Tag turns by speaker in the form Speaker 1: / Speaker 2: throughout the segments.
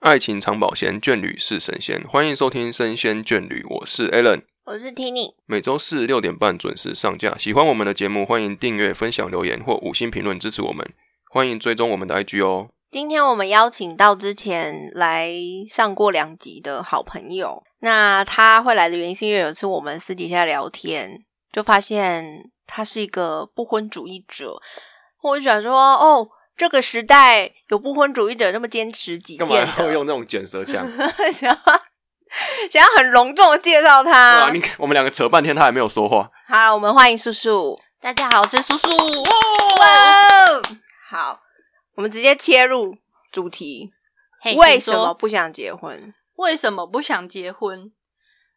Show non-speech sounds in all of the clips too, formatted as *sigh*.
Speaker 1: 爱情长保鲜，眷侣是神仙。欢迎收听《生仙眷侣》，我是 Alan。
Speaker 2: 我是 Tini，
Speaker 1: 每周四六点半准时上架。喜欢我们的节目，欢迎订阅、分享、留言或五星评论支持我们。欢迎追踪我们的 IG 哦。
Speaker 2: 今天我们邀请到之前来上过两集的好朋友，那他会来的原因是因为有一次我们私底下聊天，就发现他是一个不婚主义者，我就想说，哦，这个时代有不婚主义者那么坚持己
Speaker 1: 干嘛
Speaker 2: 见
Speaker 1: 要
Speaker 2: 的，
Speaker 1: 用那种卷舌腔？
Speaker 2: *laughs* 想要想要很隆重的介绍他
Speaker 1: 哇，。啊你我们两个扯半天，他还没有说话。
Speaker 2: 好，我们欢迎叔叔。
Speaker 3: 大家好，我是叔叔。哇，
Speaker 2: 哇哦，好，我们直接切入主题。
Speaker 3: 嘿
Speaker 2: 为
Speaker 3: 请
Speaker 2: 什
Speaker 3: 说
Speaker 2: 么不想结婚？
Speaker 3: 为什么不想结婚？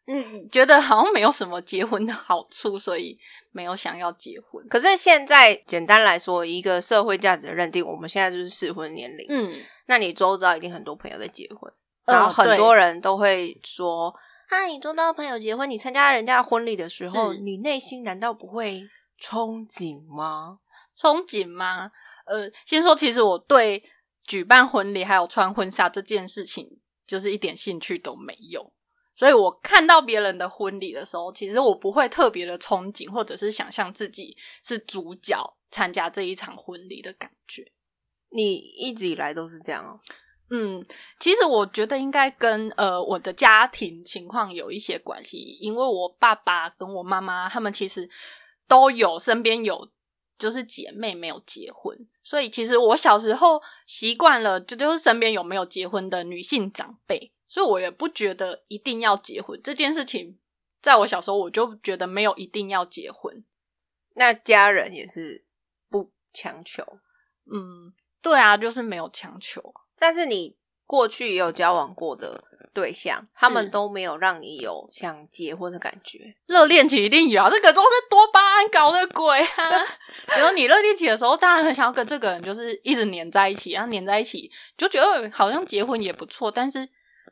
Speaker 3: 嗯，觉得好像没有什么结婚的好处，所以没有想要结婚。
Speaker 2: 可是现在简单来说，一个社会价值的认定，我们现在就是适婚年龄。
Speaker 3: 嗯，
Speaker 2: 那你周遭一定很多朋友在结婚，
Speaker 3: 呃
Speaker 2: 然后很
Speaker 3: 对
Speaker 2: 多人都会说：“啊，你周遭朋友结婚，你参加人家的婚礼的时候，
Speaker 3: 是
Speaker 2: 你内心难道不会憧憬吗
Speaker 3: 憧憬吗？呃，先说，其实我对举办婚礼还有穿婚纱这件事情，就是一点兴趣都没有。所以我看到别人的婚礼的时候，其实我不会特别的憧憬，或者是想象自己是主角参加这一场婚礼的感觉。？”
Speaker 2: 你一直以来都是这样哦。
Speaker 3: 嗯，其实我觉得应该跟呃我的家庭情况有一些关系，因为我爸爸跟我妈妈他们其实都有身边有就是姐妹没有结婚，所以其实我小时候习惯了，就就是身边有没有结婚的女性长辈，所以我也不觉得一定要结婚这件事情，在我小时候我就觉得没有一定要结婚，
Speaker 2: 那家人也是不强求，
Speaker 3: 嗯，对啊，就是没有强求。
Speaker 2: 但是你过去也有交往过的对象，他们都没有让你有想结婚的感觉。
Speaker 3: 热恋期一定有啊，这个都是多巴胺搞的鬼啊！ *laughs* 只有你热恋期的时候，当然很想要跟这个人就是一直黏在一起，然后黏在一起就觉得呃好像结婚也不错，但是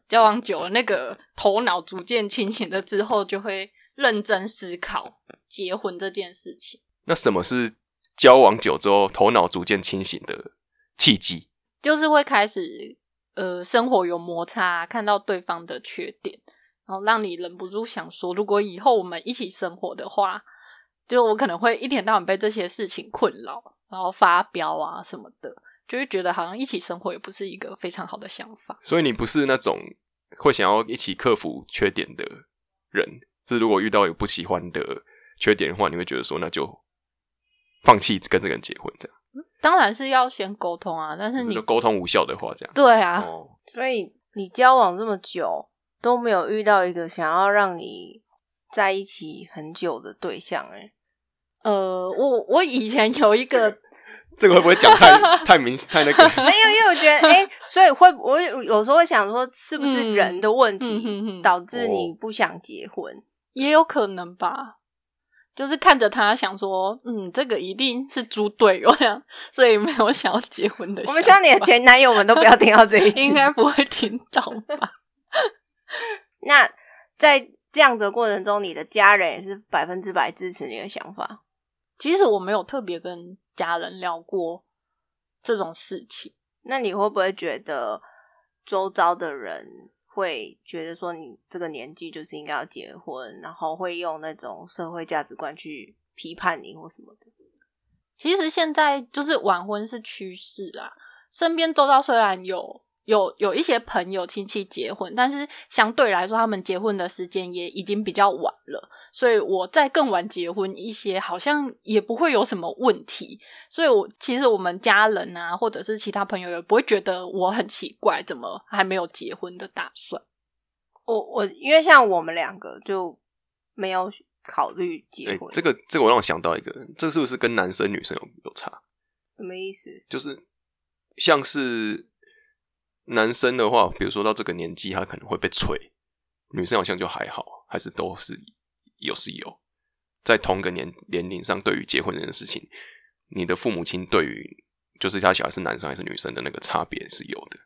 Speaker 3: 交往久了，那个头脑逐渐清醒了之后，就会认真思考结婚这件事情。
Speaker 1: 那什么是交往久之后头脑逐渐清醒的契机？
Speaker 3: 就是会开始呃，生活有摩擦，看到对方的缺点，然后让你忍不住想说，如果以后我们一起生活的话，就我可能会一天到晚被这些事情困扰，然后发飙啊什么的，就会觉得好像一起生活也不是一个非常好的想法。
Speaker 1: 所以你不是那种会想要一起克服缺点的人，是如果遇到有不喜欢的缺点的话，你会觉得说那就放弃跟这个人结婚，这样
Speaker 3: 当然是要先沟通啊，但
Speaker 1: 就是是
Speaker 3: 你
Speaker 1: 说沟通无效的话，这样。
Speaker 3: 对啊，
Speaker 1: 哦，
Speaker 2: 所以你交往这么久都没有遇到一个想要让你在一起很久的对象、欸，
Speaker 3: 呃，我我以前有一个
Speaker 1: 这个会不会讲
Speaker 3: *laughs*
Speaker 1: 太太明太那个？
Speaker 2: 没有，因为我觉得，哎、所以会我有有时候会想说，是不是
Speaker 3: 嗯
Speaker 2: 人的问
Speaker 3: 嗯
Speaker 2: 题、
Speaker 3: 哼哼
Speaker 2: 导致你不想结婚？
Speaker 3: 也有可能吧，就是看着他想说，嗯，这个一定是猪队友呀，所以没有想要结婚的想法。
Speaker 2: 我们希望你的前男友们都不要听到
Speaker 3: *laughs*
Speaker 2: 这一集。
Speaker 3: 应该不会听到吧？
Speaker 2: 那在这样子的过程中，你的家人也是百分之百支持你的想法。
Speaker 3: 其实我没有特别跟家人聊过这种事情。
Speaker 2: 那你会不会觉得周遭的人会觉得说你这个年纪就是应该要结婚，然后会用那种社会价值观去批判你或什么的？
Speaker 3: 其实现在就是晚婚是趋势啦。身边周遭虽然有有有一些朋友亲戚结婚，但是相对来说，他们结婚的时间也已经比较晚了，所以我再更晚结婚一些，好像也不会有什么问题。所以我，其实我们家人啊，或者是其他朋友，也不会觉得我很奇怪，怎么还没有结婚的打算。
Speaker 2: 我我因为像我们两个就没有考虑结
Speaker 1: 哎
Speaker 2: 婚，
Speaker 1: 这个这个我让我想到一个，这是不是跟男生女生有有差？
Speaker 2: 什么意思？
Speaker 1: 就是像是男生的话，比如说到这个年纪，他可能会被催；女生好像就还好，还是都是有是有。在同个年年龄上，对于结婚这件事情，你的父母亲对于就是他小孩是男生还是女生的那个差别是有的，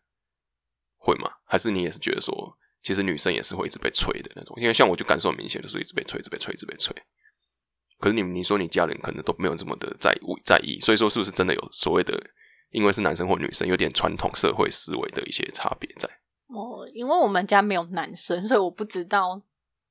Speaker 1: 会吗？还是你也是觉得说，其实女生也是会一直被催的那种？因为像我就感受很明显，就是一直被催，一直被催，一直被催。可是你你说你家人可能都没有这么的在乎在意，所以说是不是真的有所谓的，因为是男生或女生有点传统社会思维的一些差别在？
Speaker 3: 哦，因为我们家没有男生，所以我不知道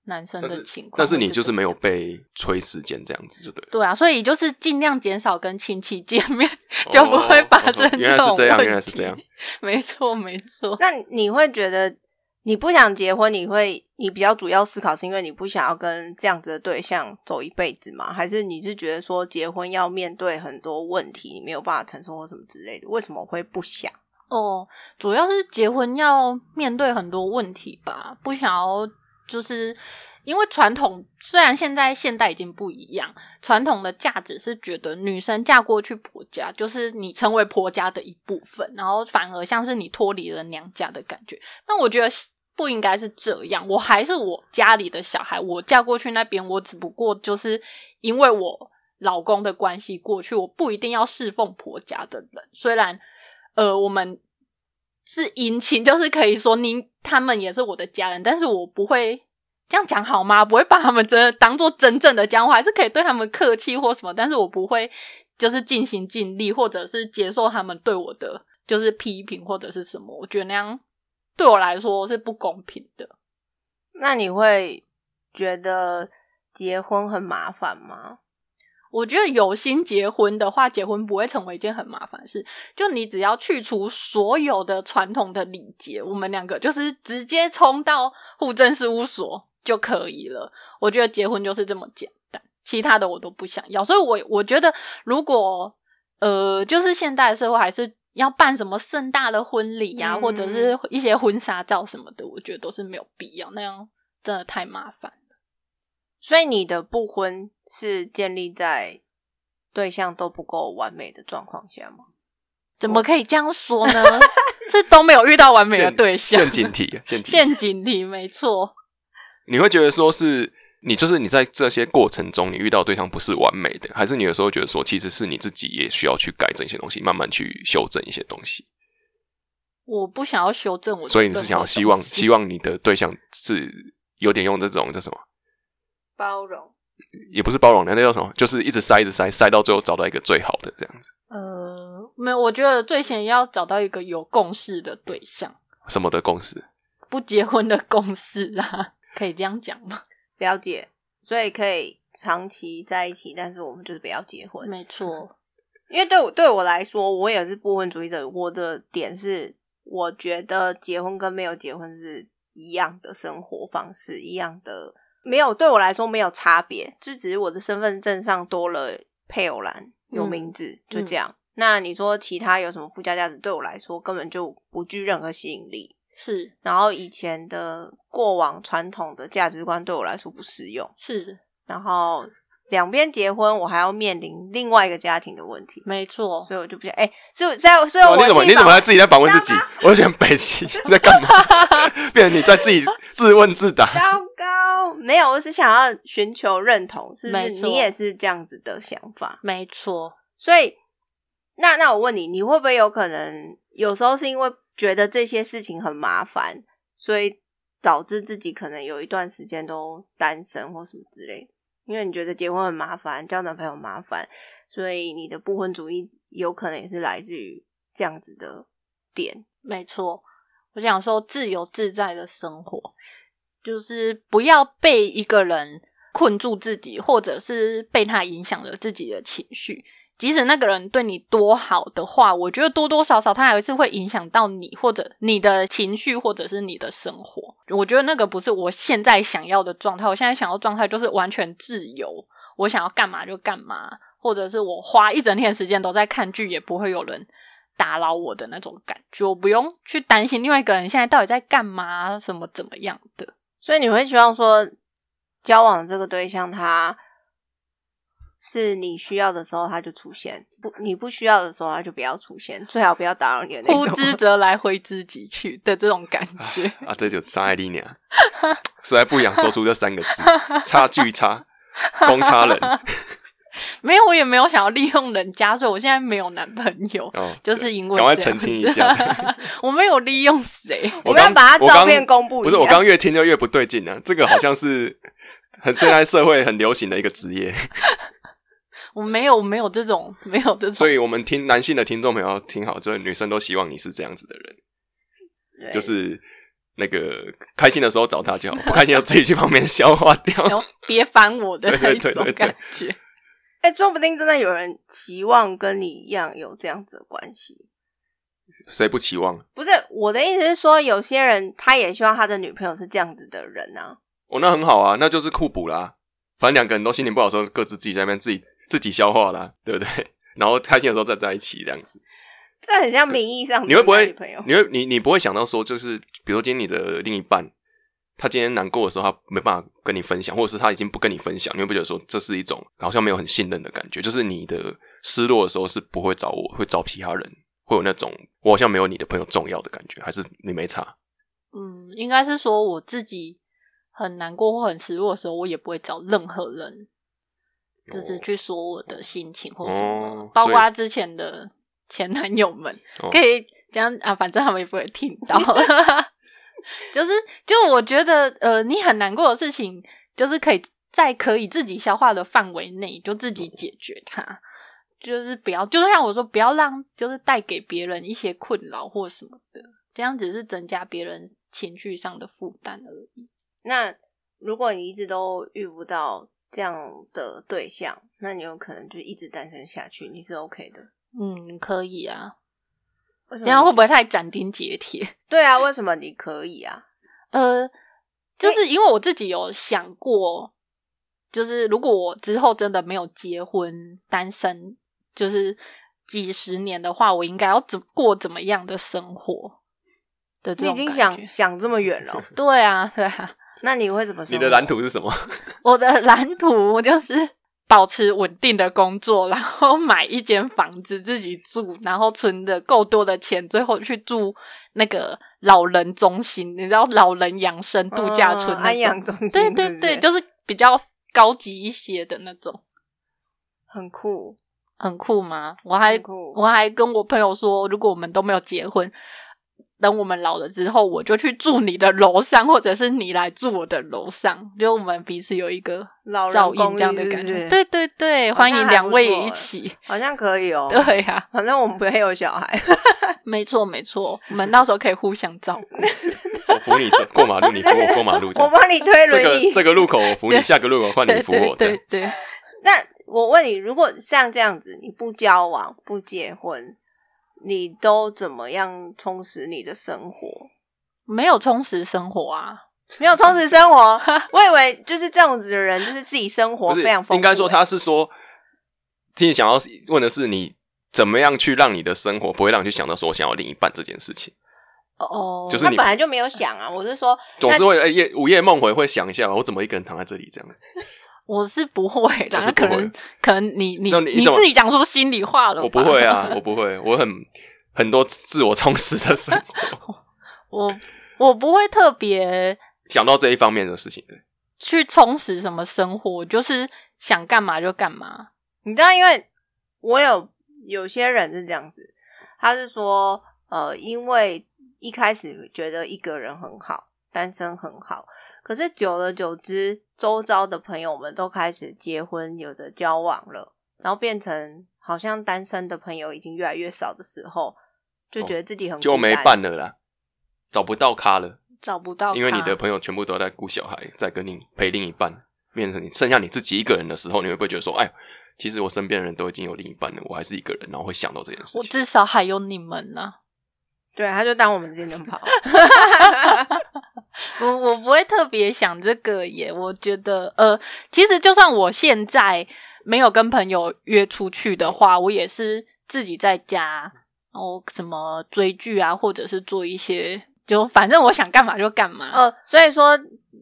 Speaker 3: 男生
Speaker 1: 但
Speaker 3: 的
Speaker 1: 是
Speaker 3: 情况。
Speaker 1: 但是你就是没有被催时间这样子，就对了，
Speaker 3: 对啊，所以就是尽量减少跟亲戚见面， *laughs* 就不会发生
Speaker 1: 哦哦哦哦原来是这样，原来是这样。。
Speaker 3: *laughs* 没错，没错。
Speaker 2: 那你会觉得你不想结婚，你会你比较主要思考是因为你不想要跟这样子的对象走一辈子吗？还是你是觉得说结婚要面对很多问题，你没有办法承受或什么之类的？为什么会不想？
Speaker 3: 哦，主要是结婚要面对很多问题吧，不想要就是因为传统，虽然现在现代已经不一样，传统的价值是觉得女生嫁过去婆家，就是你成为婆家的一部分，然后反而像是你脱离了娘家的感觉。但我觉得不应该是这样，我还是我家里的小孩，我嫁过去那边，我只不过就是因为我老公的关系过去，我不一定要侍奉婆家的人，虽然。呃，我们是姻亲，就是可以说您他们也是我的家人，但是我不会这样讲好吗？不会把他们真的当做真正的家，我还是可以对他们客气或什么，但是我不会就是尽心尽力，或者是接受他们对我的就是批评或者是什么，我觉得那样对我来说是不公平的。
Speaker 2: 那你会觉得结婚很麻烦吗？
Speaker 3: 我觉得有心结婚的话，结婚不会成为一件很麻烦的事。就你只要去除所有的传统的礼节，我们两个就是直接冲到户政事务所就可以了。我觉得结婚就是这么简单，其他的我都不想要。所以我，我觉得如果呃，就是现代社会还是要办什么盛大的婚礼呀、
Speaker 2: 嗯
Speaker 3: 或者是一些婚纱照什么的，我觉得都是没有必要，那样真的太麻烦。
Speaker 2: 所以你的不婚是建立在对象都不够完美的状况下吗？
Speaker 3: 怎么可以这样说呢？ *laughs* 是都没有遇到完美的对象，
Speaker 1: 陷阱题，啊陷阱。
Speaker 3: *laughs* 陷阱题没错。
Speaker 1: 你会觉得说是你就是你在这些过程中，你遇到的对象不是完美的，还是你有时候觉得说，其实是你自己也需要去改正一些东西，慢慢去修正一些东西。
Speaker 3: 我不想要修正我的，
Speaker 1: 所以你是想要希望，希
Speaker 3: 望
Speaker 1: 望你的对象是有点用这种这什么，
Speaker 2: 包容。
Speaker 1: 也不是包容的，那叫什么？就是一直塞，一直塞，塞到最后找到一个最好的这样子，
Speaker 3: 呃，没有，我觉得最先要找到一个有共识的对象，
Speaker 1: 什么的公司。
Speaker 3: 不结婚的共识啊，可以这样讲吗？
Speaker 2: 了解，所以可以长期在一起，但是我们就是不要结婚。
Speaker 3: 没错，
Speaker 2: 因为对我对我来说，我也是不婚主义者。我的点是，我觉得结婚跟没有结婚是一样的生活方式，一样的没有对我来说没有差别，这只是我的身份证上多了配偶栏有名字，就这样。那你说其他有什么附加价值？对我来说根本就不具任何吸引力。
Speaker 3: 是
Speaker 2: 然后以前的过往传统的价值观对我来说不适用。
Speaker 3: 是，
Speaker 2: 然后两边结婚，我还要面临另外一个家庭的问题，
Speaker 3: 没错。
Speaker 2: 所以我就不想哎、所以在所以哦我
Speaker 1: 哦哇你怎么
Speaker 2: 自
Speaker 1: 你怎么还自己
Speaker 2: 己把
Speaker 1: 在访问自
Speaker 2: *laughs*
Speaker 1: 己？我觉得很北齐 *laughs* 你在干嘛？变成你在自己自问自答。
Speaker 2: 糟糕，没有，我只想要寻求认同，是不
Speaker 3: 没
Speaker 2: 是？
Speaker 3: 错
Speaker 2: 你也是这样子的想法，
Speaker 3: 没错，
Speaker 2: 所以那那我问你，你会不会有可能有时候是因为觉得这些事情很麻烦，所以导致自己可能有一段时间都单身或什么之类的？因为你觉得结婚很麻烦，交男朋友麻烦，所以你的不婚主义有可能也是来自于这样子的点。
Speaker 3: 没错。我想说，自由自在的生活，就是不要被一个人困住自己，或者是被他影响了自己的情绪。即使那个人对你多好的话，我觉得多多少少他还是会影响到你，或者你的情绪，或者是你的生活。我觉得那个不是我现在想要的状态。我现在想要的状态就是完全自由，我想要干嘛就干嘛，或者是我花一整天的时间都在看剧，也不会有人打扰我的那种感觉。我不用去担心另外一个人现在到底在干嘛，什么怎么样的。
Speaker 2: 所以你会希望说，交往这个对象他是你需要的时候他就出现，不你不需要的时候他就不要出现，最好不要打扰你的那
Speaker 3: 呼
Speaker 1: *laughs*
Speaker 2: 种。
Speaker 3: 之则来，挥之即去的这种感觉。
Speaker 1: 啊，这就三爱丽娘，实在不想说出这三
Speaker 2: *laughs*
Speaker 1: 个字，差距差，公差人
Speaker 3: 没有，我也没有想要利用人家，所以我现在没有男朋友，
Speaker 2: *laughs*
Speaker 1: 哦，
Speaker 3: 就是因为
Speaker 1: 赶快
Speaker 3: 这样子
Speaker 1: 澄清一下，
Speaker 3: 我没有利用谁。
Speaker 2: 啊我
Speaker 1: 我
Speaker 2: 们要
Speaker 1: 刚
Speaker 2: 把他
Speaker 1: 我
Speaker 2: 照
Speaker 1: 刚
Speaker 2: 片公布一
Speaker 1: 不
Speaker 2: 下。
Speaker 1: 是我刚越听就越不对劲啊，这个好像是很现在社会很流行的一个职业，
Speaker 3: 我没有，没有这种，没有这种。
Speaker 1: 所以我们听男性的听众朋友要听好，就是女生都希望你是这样子的人，
Speaker 2: 对
Speaker 1: 就是那个开心的时候找他就好， *laughs* 不开心要自己去旁边消化掉。
Speaker 3: *laughs* 然后别烦我的那
Speaker 1: 对
Speaker 3: 一
Speaker 1: 对
Speaker 3: 种
Speaker 1: 对对
Speaker 3: 感觉。
Speaker 2: 哎、说不定真的有人期望跟你一样有这样子的关系。
Speaker 1: 谁不期望？
Speaker 2: 不是我的意思是说，有些人他也希望他的女朋友是这样子的人啊。
Speaker 1: 哦，那很好啊，那就是互补啦。反正两个人都心情不好的时候，各自自己在那边自己自己消化啦，对不对？然后开心的时候再在一起这样子。
Speaker 2: 这很像名义上
Speaker 1: 你会不
Speaker 2: 女
Speaker 1: 会
Speaker 2: 朋友？
Speaker 1: 你会你你不会想到说，就是比如说今天你的另一半，他今天难过的时候，他没办法跟你分享，或者是他已经不跟你分享，你会不会觉得说这是一种好像没有很信任的感觉？就是你的失落的时候是不会找我，会找其他人，会有那种我好像没有你的朋友重要的感觉，还是你没差？
Speaker 3: 嗯，应该是说我自己很难过或很失落的时候，我也不会找任何人，就是去说我的心情或什么，
Speaker 1: 哦
Speaker 3: 包
Speaker 1: 所
Speaker 3: 括之前的前男友们，
Speaker 1: 哦
Speaker 3: 可以这样啊，反正他们也不会听到。 *laughs* 就是，就我觉得，呃，你很难过的事情，就是可以在可以自己消化的范围内，就自己解决它。就是不要，就像我说，不要让就是带给别人一些困扰或什么的，这样只是增加别人情绪上的负担而已。
Speaker 2: 那如果你一直都遇不到这样的对象，那你有可能就一直单身下去，你是 OK 的。
Speaker 3: 嗯，可以啊。
Speaker 2: 为什
Speaker 3: 这啊样会
Speaker 2: 么？
Speaker 3: 不会太斩钉截铁？
Speaker 2: 对啊，为什么你可以啊？
Speaker 3: 呃，就是因为我自己有想过，就是如果我之后真的没有结婚，单身就是几十年的话，我应该要怎过怎么样的生活的这
Speaker 2: 你已
Speaker 3: 种
Speaker 2: 经
Speaker 3: 感
Speaker 2: 想
Speaker 3: 觉
Speaker 2: 想这么远
Speaker 1: *laughs*
Speaker 2: 了，
Speaker 3: 对啊，对啊，
Speaker 2: 那你会怎么说？
Speaker 1: 你的蓝图是什么？
Speaker 3: 我的 *laughs* 蓝图就是保持稳定的工作，然后买一间房子自己住，然后存的够多的钱，最后去住那个老人中心，你知道老人养生
Speaker 2: 嗯
Speaker 3: 度假村那种、
Speaker 2: 安养中心
Speaker 3: *laughs* 对
Speaker 2: 是不是，
Speaker 3: 对对，就是比较高级一些的那种，
Speaker 2: 很酷，
Speaker 3: 很酷吗？我还
Speaker 2: 很酷
Speaker 3: 我还跟我朋友说，如果我们都没有结婚，等我们老了之后，我就去住你的楼上，或者是你来住我的楼上，就我们彼此有一个
Speaker 2: 老人
Speaker 3: 照应
Speaker 2: 公
Speaker 3: 这样的
Speaker 2: 寓
Speaker 3: 感
Speaker 2: 是不
Speaker 3: 觉。
Speaker 2: 是
Speaker 3: 对对对，
Speaker 2: 好
Speaker 3: 欢
Speaker 2: 像
Speaker 3: 迎
Speaker 2: 还
Speaker 3: 两
Speaker 2: 不
Speaker 3: 位
Speaker 2: 错
Speaker 3: 一
Speaker 2: 欸
Speaker 3: 起。
Speaker 2: 好像可以哦。
Speaker 3: 对呀、
Speaker 2: 反正我们不会有小孩，
Speaker 3: 没错没错，我们到时候可以互相照顾。
Speaker 1: 我扶你走过
Speaker 2: *laughs*
Speaker 1: 马路，你扶我过马路。这
Speaker 2: 我
Speaker 1: 样
Speaker 2: 帮你推
Speaker 1: 这
Speaker 2: 轮椅
Speaker 1: 个。这个路口我扶你，
Speaker 3: 对
Speaker 1: 下个路口换你
Speaker 3: 对
Speaker 1: 扶我
Speaker 3: 对。
Speaker 1: 这样
Speaker 3: 对对，
Speaker 2: *laughs* 那我问你，如果像这样子，你不交往、不结婚，你都怎么样充实你的生活？
Speaker 3: 没有充实生活啊。
Speaker 2: 没有充实生活，我以为就是这样子的人，就是自己生活
Speaker 1: 不是
Speaker 2: 非常丰富。
Speaker 1: 应该说他是说，听你想要问的是你怎么样去让你的生活不会让你去想到说我想要另一半这件事情，
Speaker 3: 哦，
Speaker 1: 就是
Speaker 2: 他
Speaker 1: 你
Speaker 2: 本来就没有想啊。 *laughs* 我是说，
Speaker 1: 总是会哎夜午夜梦回会想一下我怎么一个人躺在这里这样子，
Speaker 3: 我是不会
Speaker 1: 我
Speaker 3: 啦，
Speaker 1: 是不
Speaker 3: 可
Speaker 1: 会
Speaker 3: 能可能你你
Speaker 1: 这样你
Speaker 3: 你
Speaker 1: 怎么
Speaker 3: 自己讲出心里话了吧。
Speaker 1: 我不会啊，我不会，我很很多自我充实的生活， *laughs*
Speaker 3: 我我不会特别
Speaker 1: 想到这一方面的事情的。
Speaker 3: 去充实什么生活，就是想干嘛就干嘛。
Speaker 2: 你知道，呃因为我有有些人是这样子，他是说，呃，因为一开始觉得一个人很好，单身很好，可是久而久之，周遭的朋友们都开始结婚，有的交往了，然后变成好像单身的朋友已经越来越少的时候，就觉得自己很、
Speaker 1: 就没，伴了啦，找不到咖了，
Speaker 3: 找不到他，
Speaker 1: 因为你的朋友全部都在顾小孩，在跟你陪另一半，变成你剩下你自己一个人的时候，你会不会觉得说，哎，其实我身边的人都已经有另一半了，我还是一个人，然后会想到这件事
Speaker 3: 我
Speaker 1: 情。
Speaker 3: 至少还有你们啊呐、
Speaker 2: 对，他就当我们健身跑，
Speaker 3: 我我不会特别想这个耶，我觉得呃，其实就算我现在没有跟朋友约出去的话，我也是自己在家，然后什么追剧啊，或者是做一些，就反正我想干嘛就干嘛。
Speaker 2: 呃，所以说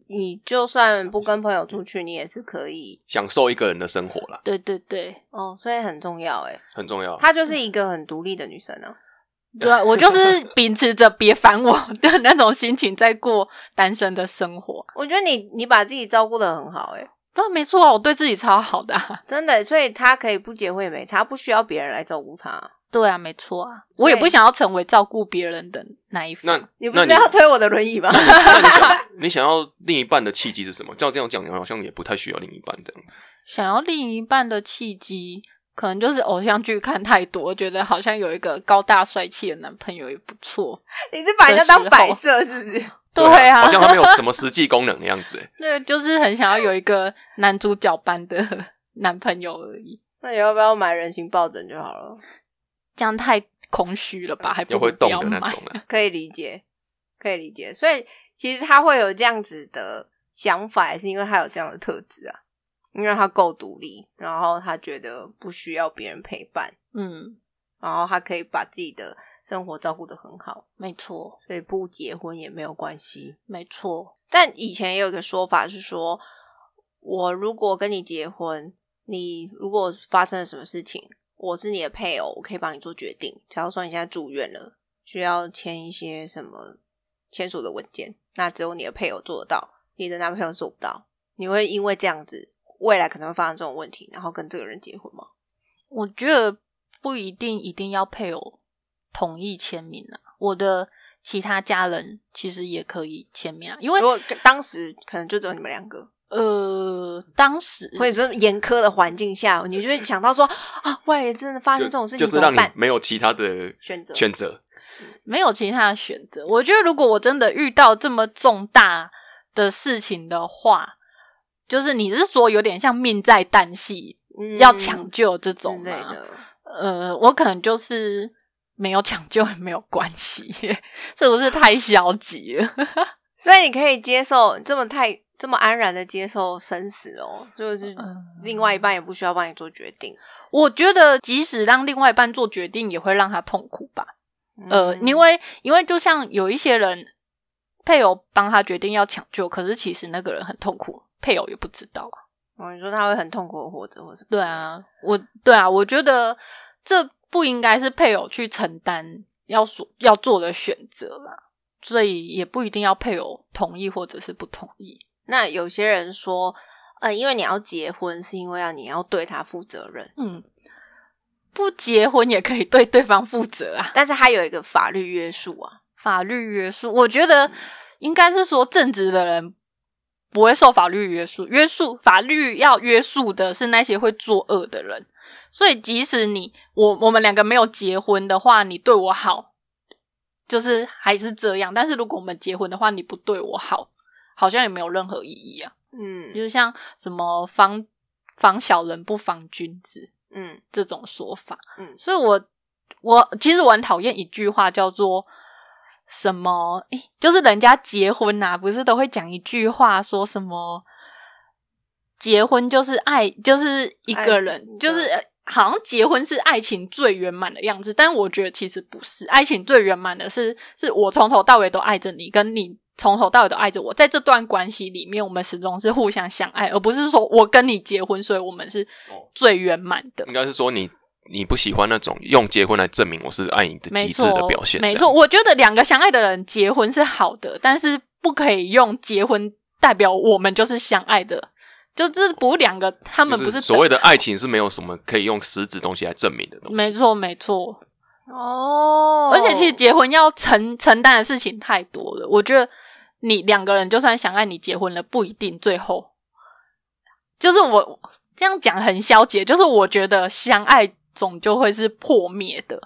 Speaker 2: 你就算不跟朋友出去，你也是可以，
Speaker 1: 享受一个人的生活啦，
Speaker 3: 对对 *laughs* 对，
Speaker 2: 哦，所以很重要，哎。
Speaker 1: 很重要。
Speaker 2: 她就是一个很独立的女生啊。
Speaker 3: 对啊，我就是秉持着别烦我的那种心情在过单身的生活。
Speaker 2: 我觉得你你把自己照顾的很好、欸，
Speaker 3: 对啊，没错啊，我对自己超好的、啊。
Speaker 2: 真的、欸所以她可以不结婚也没差，不需要别人来照顾她。
Speaker 3: 对啊，没错啊，我也不想要成为照顾别人的那一
Speaker 1: 那
Speaker 3: 方。 *laughs*
Speaker 2: 你不
Speaker 1: 那
Speaker 2: 是要推我的轮椅吗？ *laughs*
Speaker 1: 那你想你想要另一半的契机是什么？照这样讲，好像也不太需要另一半这样。
Speaker 3: 想要另一半的契机，可能就是偶像剧看太多，觉得好像有一个高大帅气的男朋友也不错。
Speaker 2: 你是把人家当摆设是不是？ *laughs*
Speaker 3: 对对啊
Speaker 1: 好像他没有什么实际功能的样
Speaker 3: *laughs*
Speaker 1: 子。欸
Speaker 3: 那就是很想要有一个男主角般的 *laughs* 男朋友而已。
Speaker 2: 那你要不要买人形抱枕就好了？
Speaker 3: 这样太空虚了吧？还不
Speaker 1: 有
Speaker 3: 如
Speaker 1: 会
Speaker 3: 不
Speaker 1: 动
Speaker 3: 要
Speaker 1: 的那
Speaker 3: 买
Speaker 1: 种啊，
Speaker 2: 可以理解，可以理解。所以其实他会有这样子的想法，也是因为他有这样的特质啊，因为他够独立，然后他觉得不需要别人陪伴，
Speaker 3: 嗯，
Speaker 2: 然后他可以把自己的生活照顾得很好，
Speaker 3: 没错，
Speaker 2: 所以不结婚也没有关系。
Speaker 3: 没错。
Speaker 2: 但以前也有一个说法是说，我如果跟你结婚，你如果发生了什么事情，我是你的配偶，我可以帮你做决定。假如说你现在住院了，需要签一些什么签署的文件，那只有你的配偶做得到，你的男朋友做不到。你会因为这样子，未来可能会发生这种问题，然后跟这个人结婚吗？
Speaker 3: 我觉得不一定一定要配偶同意签名啊，我的其他家人其实也可以签名啊，因为
Speaker 2: 如果当时可能就只有你们两个，
Speaker 3: 呃，当时
Speaker 2: 或者是严苛的环境下，你就会想到说啊，未来真的发生这种事
Speaker 1: 就就
Speaker 2: 情
Speaker 1: 是
Speaker 2: 怎
Speaker 1: 让
Speaker 2: 么
Speaker 1: 你
Speaker 2: 办？
Speaker 1: 没有其他的
Speaker 2: 选择
Speaker 1: 选择。
Speaker 3: 没有其他的选择。我觉得如果我真的遇到这么重大的事情的话，就是你是说有点像命在旦夕，
Speaker 2: 嗯
Speaker 3: 要抢救这种
Speaker 2: 之类
Speaker 3: 吗？
Speaker 2: 的。
Speaker 3: 呃，我可能就是没有抢救也没有关系， *laughs* 是不是太消极了？
Speaker 2: 所以你可以接受这么太这么安然的接受生死哦，就是
Speaker 3: 嗯
Speaker 2: 另外一半也不需要帮你做决定。
Speaker 3: 我觉得，即使让另外一半做决定，也会让他痛苦吧。呃，
Speaker 2: 嗯
Speaker 3: 因为因为就像有一些人，配偶帮他决定要抢救，可是其实那个人很痛苦，配偶也不知道啊。
Speaker 2: 哦，你说他会很痛苦的活着，或什么？
Speaker 3: 对，啊，我对啊，我觉得这不应该是配偶去承担要所要做的选择啦，所以也不一定要配偶同意或者是不同意。
Speaker 2: 那有些人说，呃，因为你要结婚，是因为要你要对他负责任，
Speaker 3: 嗯，不结婚也可以对对方负责啊。
Speaker 2: 但是他有一个法律约束啊。
Speaker 3: 法律约束，我觉得应该是说正直的人不会受法律约束，约束法律要约束的是那些会作恶的人。所以，即使你我我们两个没有结婚的话，你对我好，就是还是这样。但是如果我们结婚的话，你不对我好，好像也没有任何意义啊。
Speaker 2: 嗯
Speaker 3: 就像什么防防小人不防君子
Speaker 2: 嗯
Speaker 3: 这种说法，
Speaker 2: 嗯
Speaker 3: 所以我我其实我很讨厌一句话叫做什么，诶就是人家结婚呐、不是都会讲一句话说什么，结婚就是爱，就是一个
Speaker 2: 爱
Speaker 3: 人
Speaker 2: 情，啊
Speaker 3: 就是呃好像结婚是爱情最圆满的样子，但我觉得其实不是，爱情最圆满的是是我从头到尾都爱着你，跟你。从头到尾都爱着我，在这段关系里面，我们始终是互相相爱，而不是说我跟你结婚，所以我们是最圆满的
Speaker 1: 应。该是说你你不喜欢那种用结婚来证明我是爱你的
Speaker 3: 没
Speaker 1: 极致
Speaker 3: 错，
Speaker 1: 的表现，
Speaker 3: 没
Speaker 1: 这
Speaker 3: 错，
Speaker 1: 样。
Speaker 3: 我觉得两个相爱的人结婚是好的，但是不可以用结婚代表我们就是相爱的，就这不是两个，他
Speaker 1: 他
Speaker 3: 们不是
Speaker 1: 是
Speaker 3: 等
Speaker 1: 所谓的爱情是没有什么可以用实质东西来证明的东西。
Speaker 3: 没错，没错。
Speaker 2: 哦，
Speaker 3: 而且其实结婚要承承担的事情太多了，我觉得你两个人就算相爱，你结婚了不一定最后，就是我这样讲很消极，就是我觉得相爱总就会是破灭的。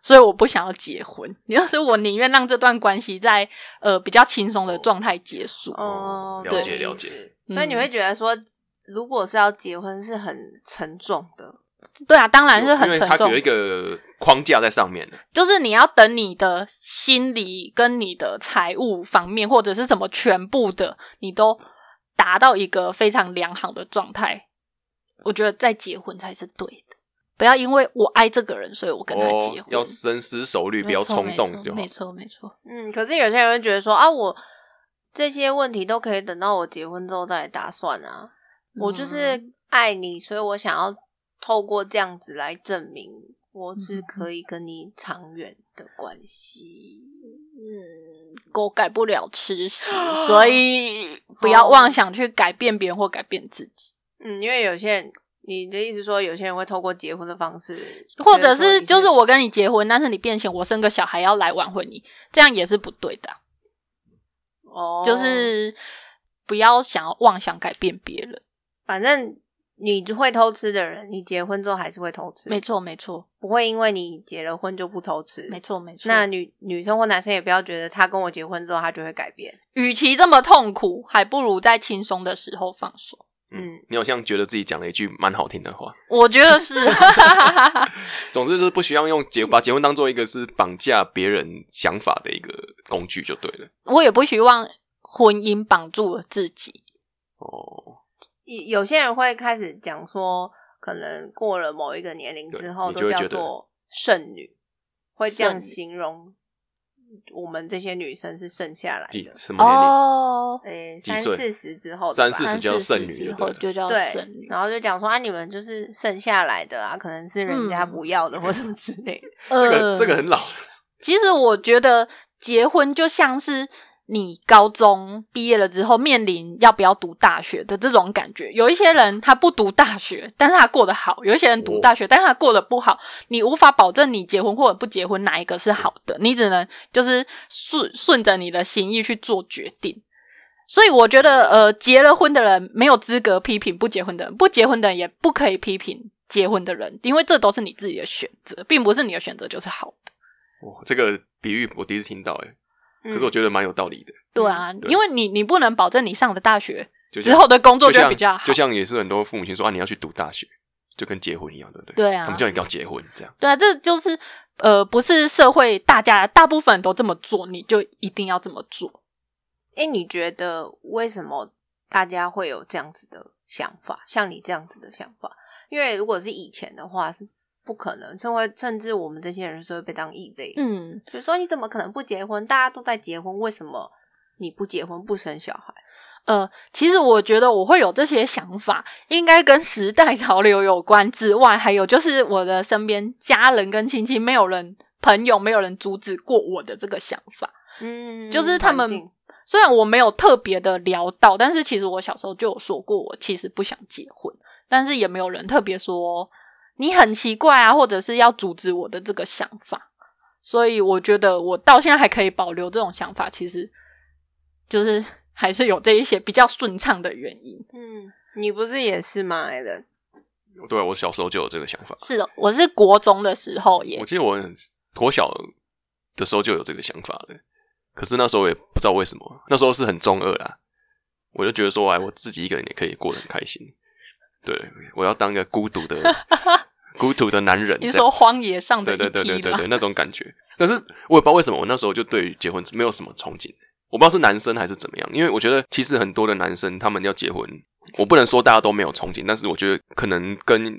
Speaker 3: 所以我不想要结婚， *laughs* 就是我宁愿让这段关系在呃比较轻松的状态结束。
Speaker 2: 哦，
Speaker 1: 了解
Speaker 2: 懂你
Speaker 1: 了
Speaker 2: 意思
Speaker 1: 解。
Speaker 2: 所以你会觉得说，如果是要结婚，是很沉重的。
Speaker 3: 对啊，当然是很
Speaker 1: 因为
Speaker 3: 沉
Speaker 1: 它
Speaker 3: 重
Speaker 1: 有一，个框架在上面的，
Speaker 3: 就是你要等你的心理跟你的财务方面，或者是什么全部的，你都达到一个非常良好的状态，我觉得再结婚才是对的。不要因为我爱这个人，所以我跟他
Speaker 1: 哦
Speaker 3: 结婚，
Speaker 1: 要深思熟虑，
Speaker 3: 没
Speaker 1: 不要
Speaker 3: 错
Speaker 1: 冲动
Speaker 3: 没错
Speaker 1: 就好
Speaker 3: 没。错，没错。
Speaker 2: 嗯，可是有些人会觉得说啊，我这些问题都可以等到我结婚之后再来打算啊。我
Speaker 3: 嗯
Speaker 2: 就是爱你，所以我想要透过这样子来证明我
Speaker 3: 嗯
Speaker 2: 是可以跟你长远的关系。
Speaker 3: 嗯，狗改不了吃 *gasps* 屎，所以不要妄想去改变别人或改变自己，
Speaker 2: 嗯，因为有些人，你的意思说有些人会透过结婚的方式，
Speaker 3: 或者是
Speaker 2: 觉
Speaker 3: 就
Speaker 2: 得
Speaker 3: 是
Speaker 2: 说
Speaker 3: 我跟你结婚，但是你变形，我生个小孩要来挽回你，这样也是不对的啊、
Speaker 2: 你是哦，
Speaker 3: 就是不要想要妄想改变别人。
Speaker 2: 反正你会偷吃的人，你结婚之后还是会偷吃，
Speaker 3: 没错，没错，
Speaker 2: 不会因为你结了婚就不偷吃，
Speaker 3: 没错，没错。
Speaker 2: 那女女生或男生也不要觉得他跟我结婚之后他就会改变，
Speaker 3: 与其这么痛苦，还不如在轻松的时候放手。
Speaker 1: 嗯，你好像觉得自己讲了一句蛮好听的话。
Speaker 3: 我
Speaker 2: *laughs*
Speaker 3: 觉得是，
Speaker 1: 总之就是不需要用结把结婚当做一个是绑架别人想法的一个工具就对了。
Speaker 3: 我也不希望婚姻绑住了自己。
Speaker 1: 哦，
Speaker 2: 有有些人会开始讲说，可能过了某一个年龄之后
Speaker 1: 对你就
Speaker 2: 都
Speaker 1: 会
Speaker 2: 叫
Speaker 1: 觉得
Speaker 2: 做剩女，会这
Speaker 3: 剩
Speaker 2: 样
Speaker 3: 女
Speaker 2: 形容我们这些女生是剩下来
Speaker 1: 几
Speaker 2: 的。
Speaker 1: 什么年龄？
Speaker 3: 哦，
Speaker 2: 诶，
Speaker 1: 几
Speaker 2: 三
Speaker 1: 岁
Speaker 2: 四十之后的
Speaker 1: 三
Speaker 2: 吧
Speaker 1: 四十就叫剩女
Speaker 3: 之
Speaker 1: 就对
Speaker 3: 后
Speaker 1: 了
Speaker 3: 就叫
Speaker 2: 对
Speaker 3: 剩，女。
Speaker 2: 然后就讲说啊，你们就是剩下来的啊，可能是人家
Speaker 3: 嗯
Speaker 2: 不
Speaker 1: *laughs*
Speaker 2: 要的或什么之类的。
Speaker 1: 这
Speaker 3: 这
Speaker 1: 个这个很老，
Speaker 3: 其实我觉得结婚就像是你高中毕业了之后面临要不要读大学的这种感觉。有一些人他不读大学，但是他过得好；有一些人读大学，但是他过得不好。你无法保证你结婚或者不结婚哪一个是好的，你只能就是顺顺着你的心意去做决定。所以我觉得，呃，结了婚的人没有资格批评不结婚的人，不结婚的人也不可以批评结婚的人，因为这都是你自己的选择，并不是你的选择就是好的。
Speaker 1: 哇，哦这个比喻我第一次听到，哎，
Speaker 2: 嗯
Speaker 1: 可是我觉得蛮有道理的。
Speaker 3: 对啊，
Speaker 1: 嗯对
Speaker 3: 因为你你不能保证你上的大学
Speaker 1: 就像
Speaker 3: 之后的工作
Speaker 1: 就
Speaker 3: 就会
Speaker 1: 像
Speaker 3: 比较好，
Speaker 1: 就像也是很多父母亲说啊，你要去读大学，就跟结婚一样，对不对？
Speaker 3: 对啊
Speaker 1: 他们叫你不要结婚，这样
Speaker 3: 对啊，这就是呃，不是社会大家大部分都这么做，你就一定要这么做。
Speaker 2: 哎，你觉得为什么大家会有这样子的想法？像你这样子的想法，因为如果是以前的话，是不可能，就会甚至我们这些人是会被当异类。，
Speaker 3: 嗯，
Speaker 2: 比如说你怎么可能不结婚？大家都在结婚，为什么你不结婚不生小孩？
Speaker 3: 呃，其实我觉得我会有这些想法，应该跟时代潮流有关之外，还有就是我的身边家人跟亲戚没有人。朋友没有人阻止过我的这个想法，
Speaker 2: 嗯
Speaker 3: 就是他们虽然我没有特别的聊到，但是其实我小时候就有说过，我其实不想结婚，但是也没有人特别说你很奇怪啊，或者是要阻止我的这个想法。所以我觉得我到现在还可以保留这种想法，其实就是还是有这一些比较顺畅的原因。
Speaker 2: 嗯，你不是也是吗？艾伦，
Speaker 1: 对啊我小时候就有这个想法。
Speaker 3: 是的，我是国中的时候也
Speaker 1: 我记得我很国小的时候就有这个想法了，可是那时候也不知道为什么，那时候是很中二啦，我就觉得说，哎，我自己一个人也可以过得很开心。对，我要当个孤独的孤独的男人。
Speaker 3: 你
Speaker 1: 这样
Speaker 3: 说荒野上的
Speaker 1: 对
Speaker 3: 一
Speaker 1: 对对对
Speaker 3: 匹
Speaker 1: 对
Speaker 3: 马
Speaker 1: 对，那种感觉。但是我也不知道为什么，我那时候就对于结婚没有什么憧憬。我不知道是男生还是怎么样，因为我觉得其实很多的男生他们要结婚，我不能说大家都没有憧憬，但是我觉得可能跟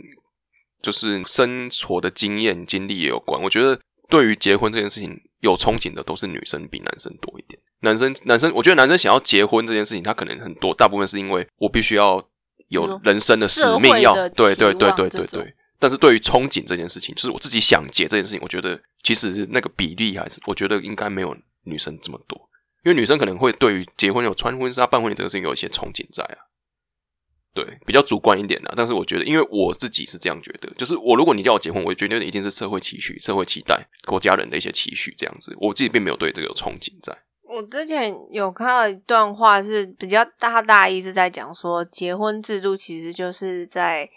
Speaker 1: 就是生活的经验经历也有关。我觉得对于结婚这件事情有憧憬的都是女生比男生多一点。男生男生，我觉得男生想要结婚这件事情，他可能很多大部分是因为我必须要有人生的使
Speaker 3: 社
Speaker 1: 命
Speaker 3: 会
Speaker 1: 要
Speaker 3: 的
Speaker 1: 对
Speaker 3: 期
Speaker 1: 对对
Speaker 3: 望
Speaker 1: 对
Speaker 3: 这
Speaker 1: 对
Speaker 3: 种
Speaker 1: 对。但是对于憧憬这件事情，就是我自己想结这件事情，我觉得其实那个比例还是，我觉得应该没有女生这么多，因为女生可能会对于结婚有穿婚纱、办婚礼这个事情有一些憧憬在啊。对，比较主观一点啦，啊但是我觉得，因为我自己是这样觉得，就是我如果你叫我结婚，我觉得一定是社会期许、社会期待、国家人的一些期许这样子。我自己并没有对这个有憧憬在。
Speaker 2: 我之前有看到一段话是比较大大意是在讲说，结婚制度其实就是在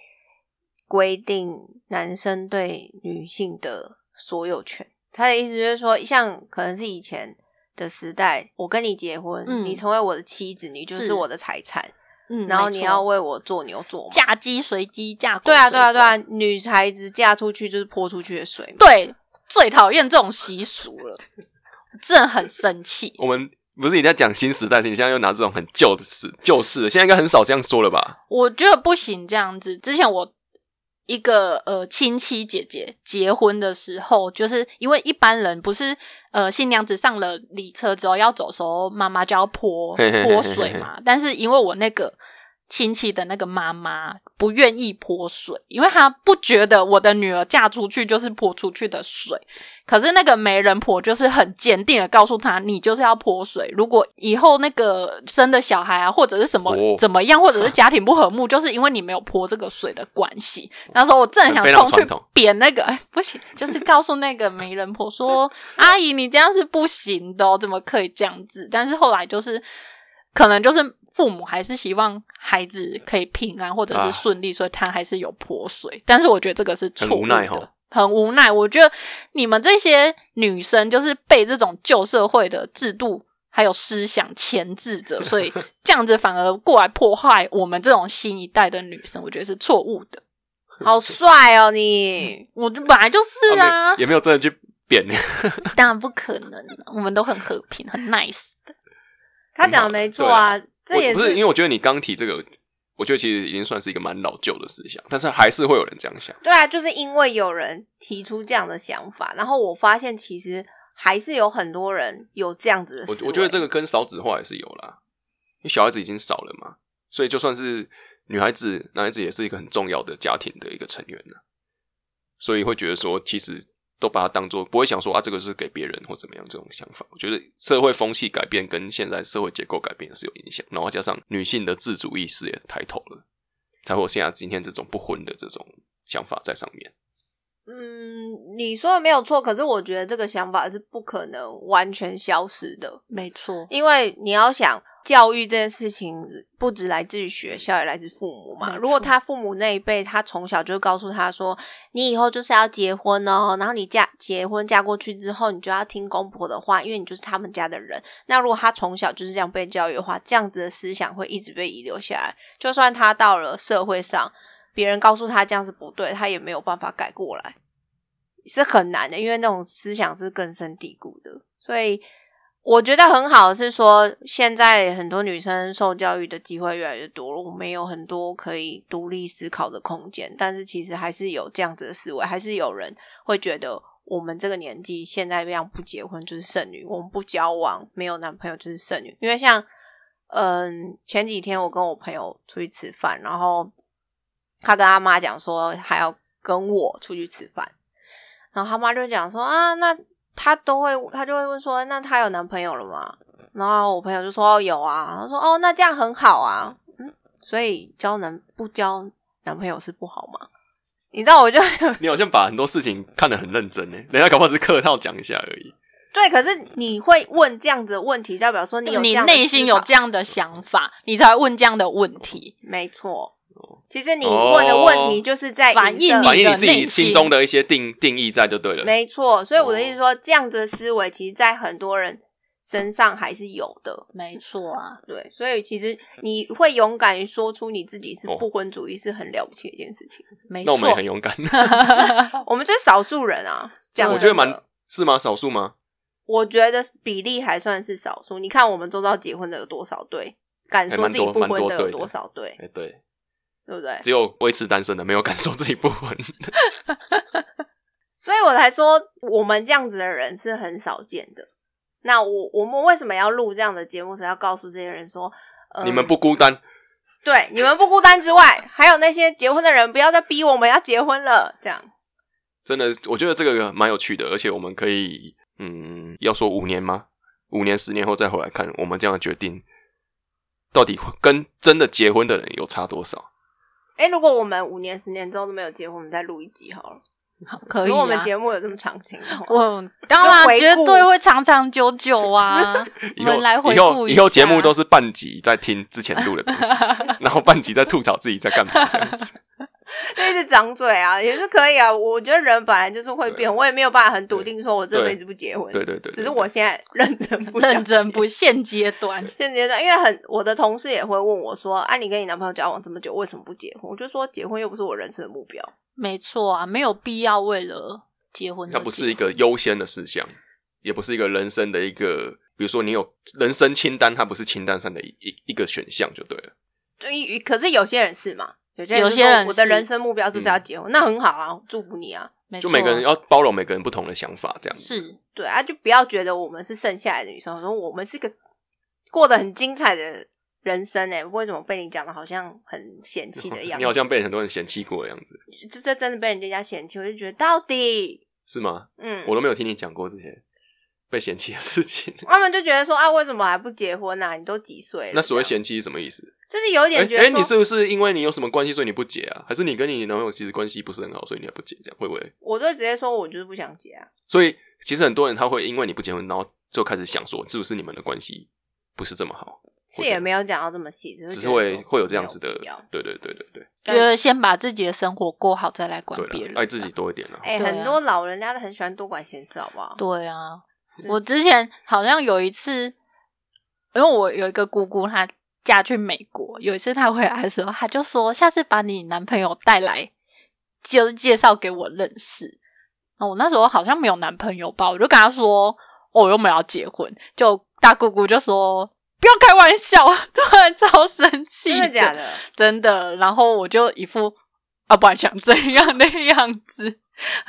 Speaker 2: 规定男生对女性的所有权。他的意思就是说，像可能是以前的时代，我跟你结婚，
Speaker 3: 嗯
Speaker 2: 你成为我的妻子，你就是
Speaker 3: 是
Speaker 2: 我的财产，
Speaker 3: 嗯，
Speaker 2: 然后
Speaker 3: 没
Speaker 2: 你
Speaker 3: 错
Speaker 2: 要为我做牛做马。
Speaker 3: 嫁鸡随鸡，嫁狗
Speaker 2: 对啊，
Speaker 3: 随
Speaker 2: 对啊，
Speaker 3: 狗
Speaker 2: 对啊，女孩子嫁出去就是泼出去的水嘛。
Speaker 3: 对，最讨厌这种习俗了，真的很生气。
Speaker 1: 我们不是你在讲新时代，你现在又拿这种很旧的事、旧事，现在应该很少这样说了吧？
Speaker 3: 我觉得不行这样子。之前我一个呃亲戚姐姐结婚的时候，就是因为一般人不是呃新娘子上了礼车之后要走的时候，妈妈就要泼
Speaker 1: 嘿嘿嘿
Speaker 3: 泼水嘛。但是因为我那个亲戚的那个妈妈不愿意泼水，因为她不觉得我的女儿嫁出去就是泼出去的水。可是那个媒人婆就是很坚定的告诉她，你就是要泼水。如果以后那个生的小孩啊，或者是什么、
Speaker 1: 哦
Speaker 3: 怎么样，或者是家庭不和睦，就是因为你没有泼这个水的关系。那时候我正想
Speaker 1: 非常
Speaker 3: 冲去
Speaker 1: 传统
Speaker 3: 扁那个，哎，不行，就是告诉那个媒人婆说：“阿姨，你这样是不行的、哦，怎么可以这样子？”但是后来就是，可能就是父母还是希望孩子可以平安或者
Speaker 1: 啊
Speaker 3: 是顺利，所以他还是有泼水。但是我觉得这个是错
Speaker 1: 很无
Speaker 3: 误
Speaker 1: 奈
Speaker 3: 的
Speaker 1: 吼，
Speaker 3: 很无奈。我觉得你们这些女生就是被这种旧社会的制度还有思想钳制着，
Speaker 1: *laughs*
Speaker 3: 所以这样子反而过来破坏我们这种新一代的女生，我觉得是错误的。
Speaker 2: 好帅哦你！
Speaker 3: 我就本来就是啊
Speaker 1: 哦没，也没有真的去扁，
Speaker 3: 当然不可能啊，我们都很和平，很 nice 的。
Speaker 2: 他讲的没错啊，这也
Speaker 1: 我不是因为我觉得你刚提这个，我觉得其实已经算是一个蛮老旧的思想，但是还是会有人这样想。
Speaker 2: 对啊，就是因为有人提出这样的想法，然后我发现其实还是有很多人有这样子的
Speaker 1: 我
Speaker 2: 思
Speaker 1: 我觉得
Speaker 2: 维
Speaker 1: 这个跟少子化也是有啦，因为小孩子已经少了嘛，所以就算是女孩子、男孩子也是一个很重要的家庭的一个成员了，所以会觉得说，其实都把它当做不会想说啊，这个是给别人或怎么样这种想法。我觉得社会风气改变跟现在社会结构改变也是有影响，然后加上女性的自主意识也抬头了，才会有现在今天这种不婚的这种想法在上面。 *laughs*
Speaker 2: 嗯，你说的没有错，可是我觉得这个想法是不可能完全消失的，
Speaker 3: 没错，
Speaker 2: 因为你要想教育这件事情，不只来自于学校，也来自父母嘛。
Speaker 3: 没错
Speaker 2: 如果他父母那一辈，他从小就告诉他说，你以后就是要结婚哦，然后你嫁结婚嫁过去之后，你就要听公婆的话，因为你就是他们家的人。那如果他从小就是这样被教育的话，这样子的思想会一直被遗留下来。就算他到了社会上，别人告诉他这样是不对，他也没有办法改过来，是很难的，因为那种思想是根深蒂固的。所以我觉得很好的是说，现在很多女生受教育的机会越来越多了，我们有很多可以独立思考的空间，但是其实还是有这样子的思维，还是有人会觉得。我们这个年纪现在这样不结婚就是剩女，我们不交往没有男朋友就是剩女。因为像，嗯，前几天我跟我朋友出去吃饭，然后他跟他妈讲说还要跟我出去吃饭，然后他妈就讲说啊，那他都会，他就会问说，那他有男朋友了吗？然后我朋友就说、哦、有啊，他说哦，那这样很好啊，嗯，所以交男不交男朋友是不好吗？你知道，我就 *laughs*
Speaker 1: 你好像把很多事情看得很认真呢，人家搞不好只是客套讲一下而已。
Speaker 2: 对，可是你会问这样子的问题，代表说你有这
Speaker 3: 你
Speaker 2: 样的
Speaker 3: 内心
Speaker 2: 思
Speaker 3: 有
Speaker 2: 考
Speaker 3: 这样的想法，你才会问这样的问题。
Speaker 2: 没错。其实你问的问题就是在
Speaker 3: 反映
Speaker 2: 射
Speaker 3: 你
Speaker 1: 反映你
Speaker 3: 的
Speaker 1: 自己
Speaker 3: 内
Speaker 1: 心
Speaker 3: 心
Speaker 1: 中的一些定定义在就对了。
Speaker 2: 没错，所以我的意思说，这样子的思维其实，在很多人身上还是有的。
Speaker 3: 没错啊，
Speaker 2: 对，所以其实你会勇敢于说出你自己是
Speaker 1: 哦
Speaker 2: 不婚主义，是很了不起的一件事情。
Speaker 3: 没
Speaker 1: 那
Speaker 3: 错
Speaker 1: 我。们也很勇
Speaker 3: *laughs*
Speaker 1: 敢。
Speaker 2: 我们就是少数人啊，讲
Speaker 1: 我
Speaker 2: 真
Speaker 1: 觉得
Speaker 2: 的
Speaker 1: 蛮是吗？少数吗？
Speaker 2: 我觉得比例还算是少数。你看我们周遭结婚的有多少对，敢
Speaker 1: 还
Speaker 2: 说
Speaker 1: 蛮
Speaker 2: 自己
Speaker 1: 多
Speaker 2: 不
Speaker 1: 蛮
Speaker 2: 婚
Speaker 1: 多
Speaker 2: 的
Speaker 1: 对
Speaker 2: 有
Speaker 1: 的
Speaker 2: 多少对，
Speaker 1: 哎、对，
Speaker 2: 对不对？
Speaker 1: 只有维持单身的没有感受自己不
Speaker 3: *laughs*
Speaker 1: 婚。
Speaker 2: 所以我才说，我们这样子的人是很少见的。那我我们为什么要录这样的节目？是要告诉这些人说，呃、
Speaker 3: 嗯
Speaker 1: 你们不孤单，
Speaker 2: 对，你们不孤单之外，还有那些结婚的人，不要再逼我们要结婚了。这样，
Speaker 1: 真的，我觉得这个蛮有趣的，而且我们可以，嗯，要说五年吗？五年、十年后再回来看，我们这样的决定到底跟真的结婚的人有差多少？
Speaker 2: 哎，如果我们五年、十年之后都没有结婚，我们再录一集好了。
Speaker 3: 好可以、啊。
Speaker 2: 如果我们节目有这么长情的话，
Speaker 3: 我当然啊
Speaker 2: 就回顾
Speaker 3: 绝对会长长久久啊！
Speaker 1: 以
Speaker 3: 我
Speaker 1: 后
Speaker 3: 们来回
Speaker 1: 以后
Speaker 3: 顾一
Speaker 1: 以
Speaker 3: 下
Speaker 1: 后节目都是半集在听之前录的
Speaker 3: *laughs*
Speaker 1: 东西，然后半集在吐槽自己在干嘛这样子。
Speaker 2: 就一直长嘴啊，也是可以啊。我觉得人本来就是会
Speaker 1: 对啊
Speaker 2: 变，我也没有办法很笃定说我这辈子不结婚。
Speaker 1: 对对对对
Speaker 2: 只是我现在认
Speaker 3: *laughs*
Speaker 2: 真不想
Speaker 3: 认真
Speaker 2: 结
Speaker 3: 不现阶段，
Speaker 2: 现阶段，因为很我的同事也会问我说：“啊，你跟你男朋友交往这么久，为什么不结婚？”我就说结婚又不是我人生的目标。
Speaker 3: 没错啊，没有必要为了结婚而结婚，
Speaker 1: 它不是一个优先的事项，也不是一个人生的一个，比如说你有人生清单，它不是清单上的一一一个选项就对了。
Speaker 2: 对于，可是有些人是嘛，有些人
Speaker 3: 有
Speaker 2: 就
Speaker 3: 些
Speaker 2: 说
Speaker 3: 人
Speaker 2: 我的
Speaker 3: 是
Speaker 2: 人生目标就
Speaker 1: 嗯
Speaker 2: 是要结婚，那很好啊，祝福你啊。
Speaker 3: 没
Speaker 1: 就
Speaker 3: 错
Speaker 1: 每个人要包容每个人不同的想法，这样子。
Speaker 3: 是
Speaker 2: 对啊，就不要觉得我们是剩下来的女生，然后我们是个过得很精彩的人生诶、为什么被你讲的好像很嫌弃的
Speaker 1: *laughs*
Speaker 2: 样
Speaker 1: 你
Speaker 2: 子？
Speaker 1: 好像被很多人嫌弃过的样子，
Speaker 2: 就这真的被人家嫌弃，我就觉得到底，
Speaker 1: 是吗？
Speaker 2: 嗯，
Speaker 1: 我都没有听你讲过这些被嫌弃的事
Speaker 2: *laughs*
Speaker 1: 情。
Speaker 2: 他们就觉得说啊，为什么还不结婚啊？你都几岁了？
Speaker 1: 那所谓
Speaker 2: 这样
Speaker 1: 嫌弃是什么意思？
Speaker 2: 就是有
Speaker 1: 哎
Speaker 2: 点啊觉
Speaker 1: 哎，
Speaker 2: 得
Speaker 1: 你
Speaker 2: 说，
Speaker 1: 是不是因为你有什么关系所以你不结啊？还是你跟你男朋友其实关系不是很好，所以你还不结？这样会不会？
Speaker 2: 我就直接说我就是不想结啊。
Speaker 1: 所以其实很多人他会因为你不结婚，然后就开始想说，是不是你们的关系不是这么好？
Speaker 2: 是也没有讲到这么细，
Speaker 1: 只是会会有这样子的
Speaker 2: 没有必要，
Speaker 1: 对对对对对
Speaker 3: 觉得先把自己的生活过好，再来管别
Speaker 1: 对
Speaker 3: 人
Speaker 1: 啦，。爱自己多一点啦。
Speaker 2: 哎、
Speaker 3: 对啊
Speaker 2: 很多老人家很喜欢多管闲事，好不好？
Speaker 3: 对啊，
Speaker 2: 嗯
Speaker 3: 我之前好像有一次，因为我有一个姑姑，她嫁去美国，有一次她回来的时候，她就说：“下次把你男朋友带来，就是介绍给我认识。”那我那时候好像没有男朋友吧，我就跟她说：“哦，我又没有要结婚。”就大姑姑就说：“不要开玩笑！” *laughs* 突然超生气，
Speaker 2: 真的假？的？
Speaker 3: 真的。然后我就一副啊，不然想怎样的样子。 *laughs*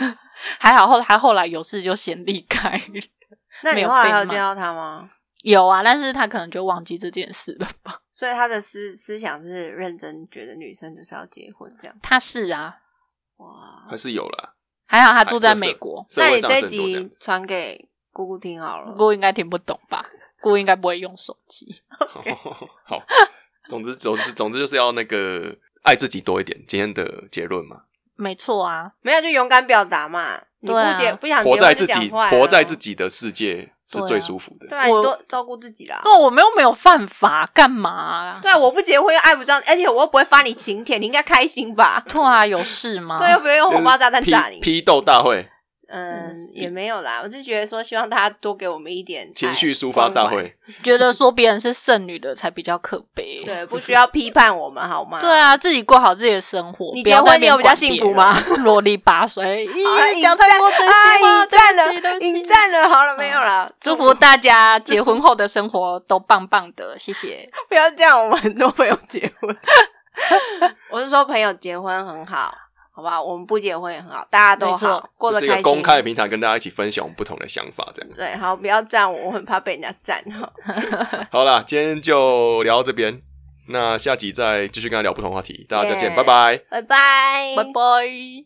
Speaker 3: 还好后他后来有事就先离开。
Speaker 2: 那
Speaker 3: 没
Speaker 2: 你
Speaker 3: 有
Speaker 2: 后来
Speaker 3: 被
Speaker 2: 还有
Speaker 3: 骂
Speaker 2: 见到他吗？
Speaker 3: 有啊，但是他可能就忘记这件事了吧？
Speaker 2: 所以他的思思想是认真，觉得女生就是要结婚这样。
Speaker 3: 他是啊，
Speaker 2: 哇，
Speaker 1: 还是有啦，
Speaker 3: 还好他住在美国，
Speaker 1: 社
Speaker 2: 那
Speaker 1: 会
Speaker 2: 你
Speaker 1: 上是
Speaker 2: 这
Speaker 1: 很多样
Speaker 2: 集传给姑姑听好了。
Speaker 3: 姑应该听不懂吧？姑应该不会用手机。
Speaker 1: *laughs* 好，总之总之总之就是要那个爱自己多一点，今天的结论嘛，
Speaker 3: 没错啊，
Speaker 2: 没有就勇敢表达嘛，你不
Speaker 3: 对啊
Speaker 2: 结、不想结
Speaker 1: 活
Speaker 2: 婚
Speaker 1: 在
Speaker 2: 就
Speaker 1: 自
Speaker 2: 讲
Speaker 1: 己
Speaker 2: 坏啊
Speaker 1: 活在自，己的世界是
Speaker 3: 对啊
Speaker 1: 最舒服的
Speaker 2: 对。啊，你
Speaker 3: 我
Speaker 2: 多照顾自己啦。
Speaker 3: 那我们又没有犯法，干嘛啊、 *laughs*
Speaker 2: 对啊，我不结婚又爱不上，而且我又不会发你请帖，你应该开心吧？
Speaker 3: 对啊，有事吗？
Speaker 2: 对，又不会用红包炸弹
Speaker 1: 批
Speaker 2: 炸你。
Speaker 1: 批斗大会，
Speaker 2: 嗯，也没有啦，我就觉得说，希望大家多给我们一点爱
Speaker 1: 情绪抒发大，
Speaker 2: 关
Speaker 1: 会，
Speaker 3: *laughs* 觉得说别人是剩女的才比较可悲。
Speaker 2: 怀对，啊不需要批判我们好吗？
Speaker 3: 对，啊，自己过好自己的生活。
Speaker 2: 你
Speaker 3: 不要
Speaker 2: 结婚
Speaker 3: 在那边
Speaker 2: 你有比较
Speaker 3: 管
Speaker 2: 幸
Speaker 3: 别
Speaker 2: 福
Speaker 3: 人
Speaker 2: 吗？
Speaker 3: *laughs* 啰里
Speaker 2: *laughs*
Speaker 3: 吧嗦，咦，
Speaker 2: 赢
Speaker 3: 讲
Speaker 2: 战
Speaker 3: 太多真心
Speaker 2: 啊，
Speaker 3: 话，
Speaker 2: 赢战
Speaker 3: 对不起
Speaker 2: 了，赢。
Speaker 3: 对不起
Speaker 2: 战了，好了，没有啦，
Speaker 3: 祝福大家结婚后的生活都棒棒的，谢
Speaker 2: *laughs*
Speaker 3: 谢。
Speaker 2: 不要这样，我们很多朋友结婚。 *laughs* 我是说，朋友结婚很好，好不好？我们不结婚也很好，大家都
Speaker 3: 没错
Speaker 2: 好，过得
Speaker 1: 这是一
Speaker 2: 开
Speaker 1: 个
Speaker 2: 心。
Speaker 1: 公开的平台，跟大家一起分享我们不同的想法，这样。
Speaker 2: 对，好，不要站我，我很怕被人家站哈。
Speaker 1: 好啦，今天就聊到这边，那下集再继续跟他聊不同话题，大家再见，
Speaker 2: Yeah
Speaker 1: 拜拜。
Speaker 2: 拜拜，
Speaker 3: 拜拜。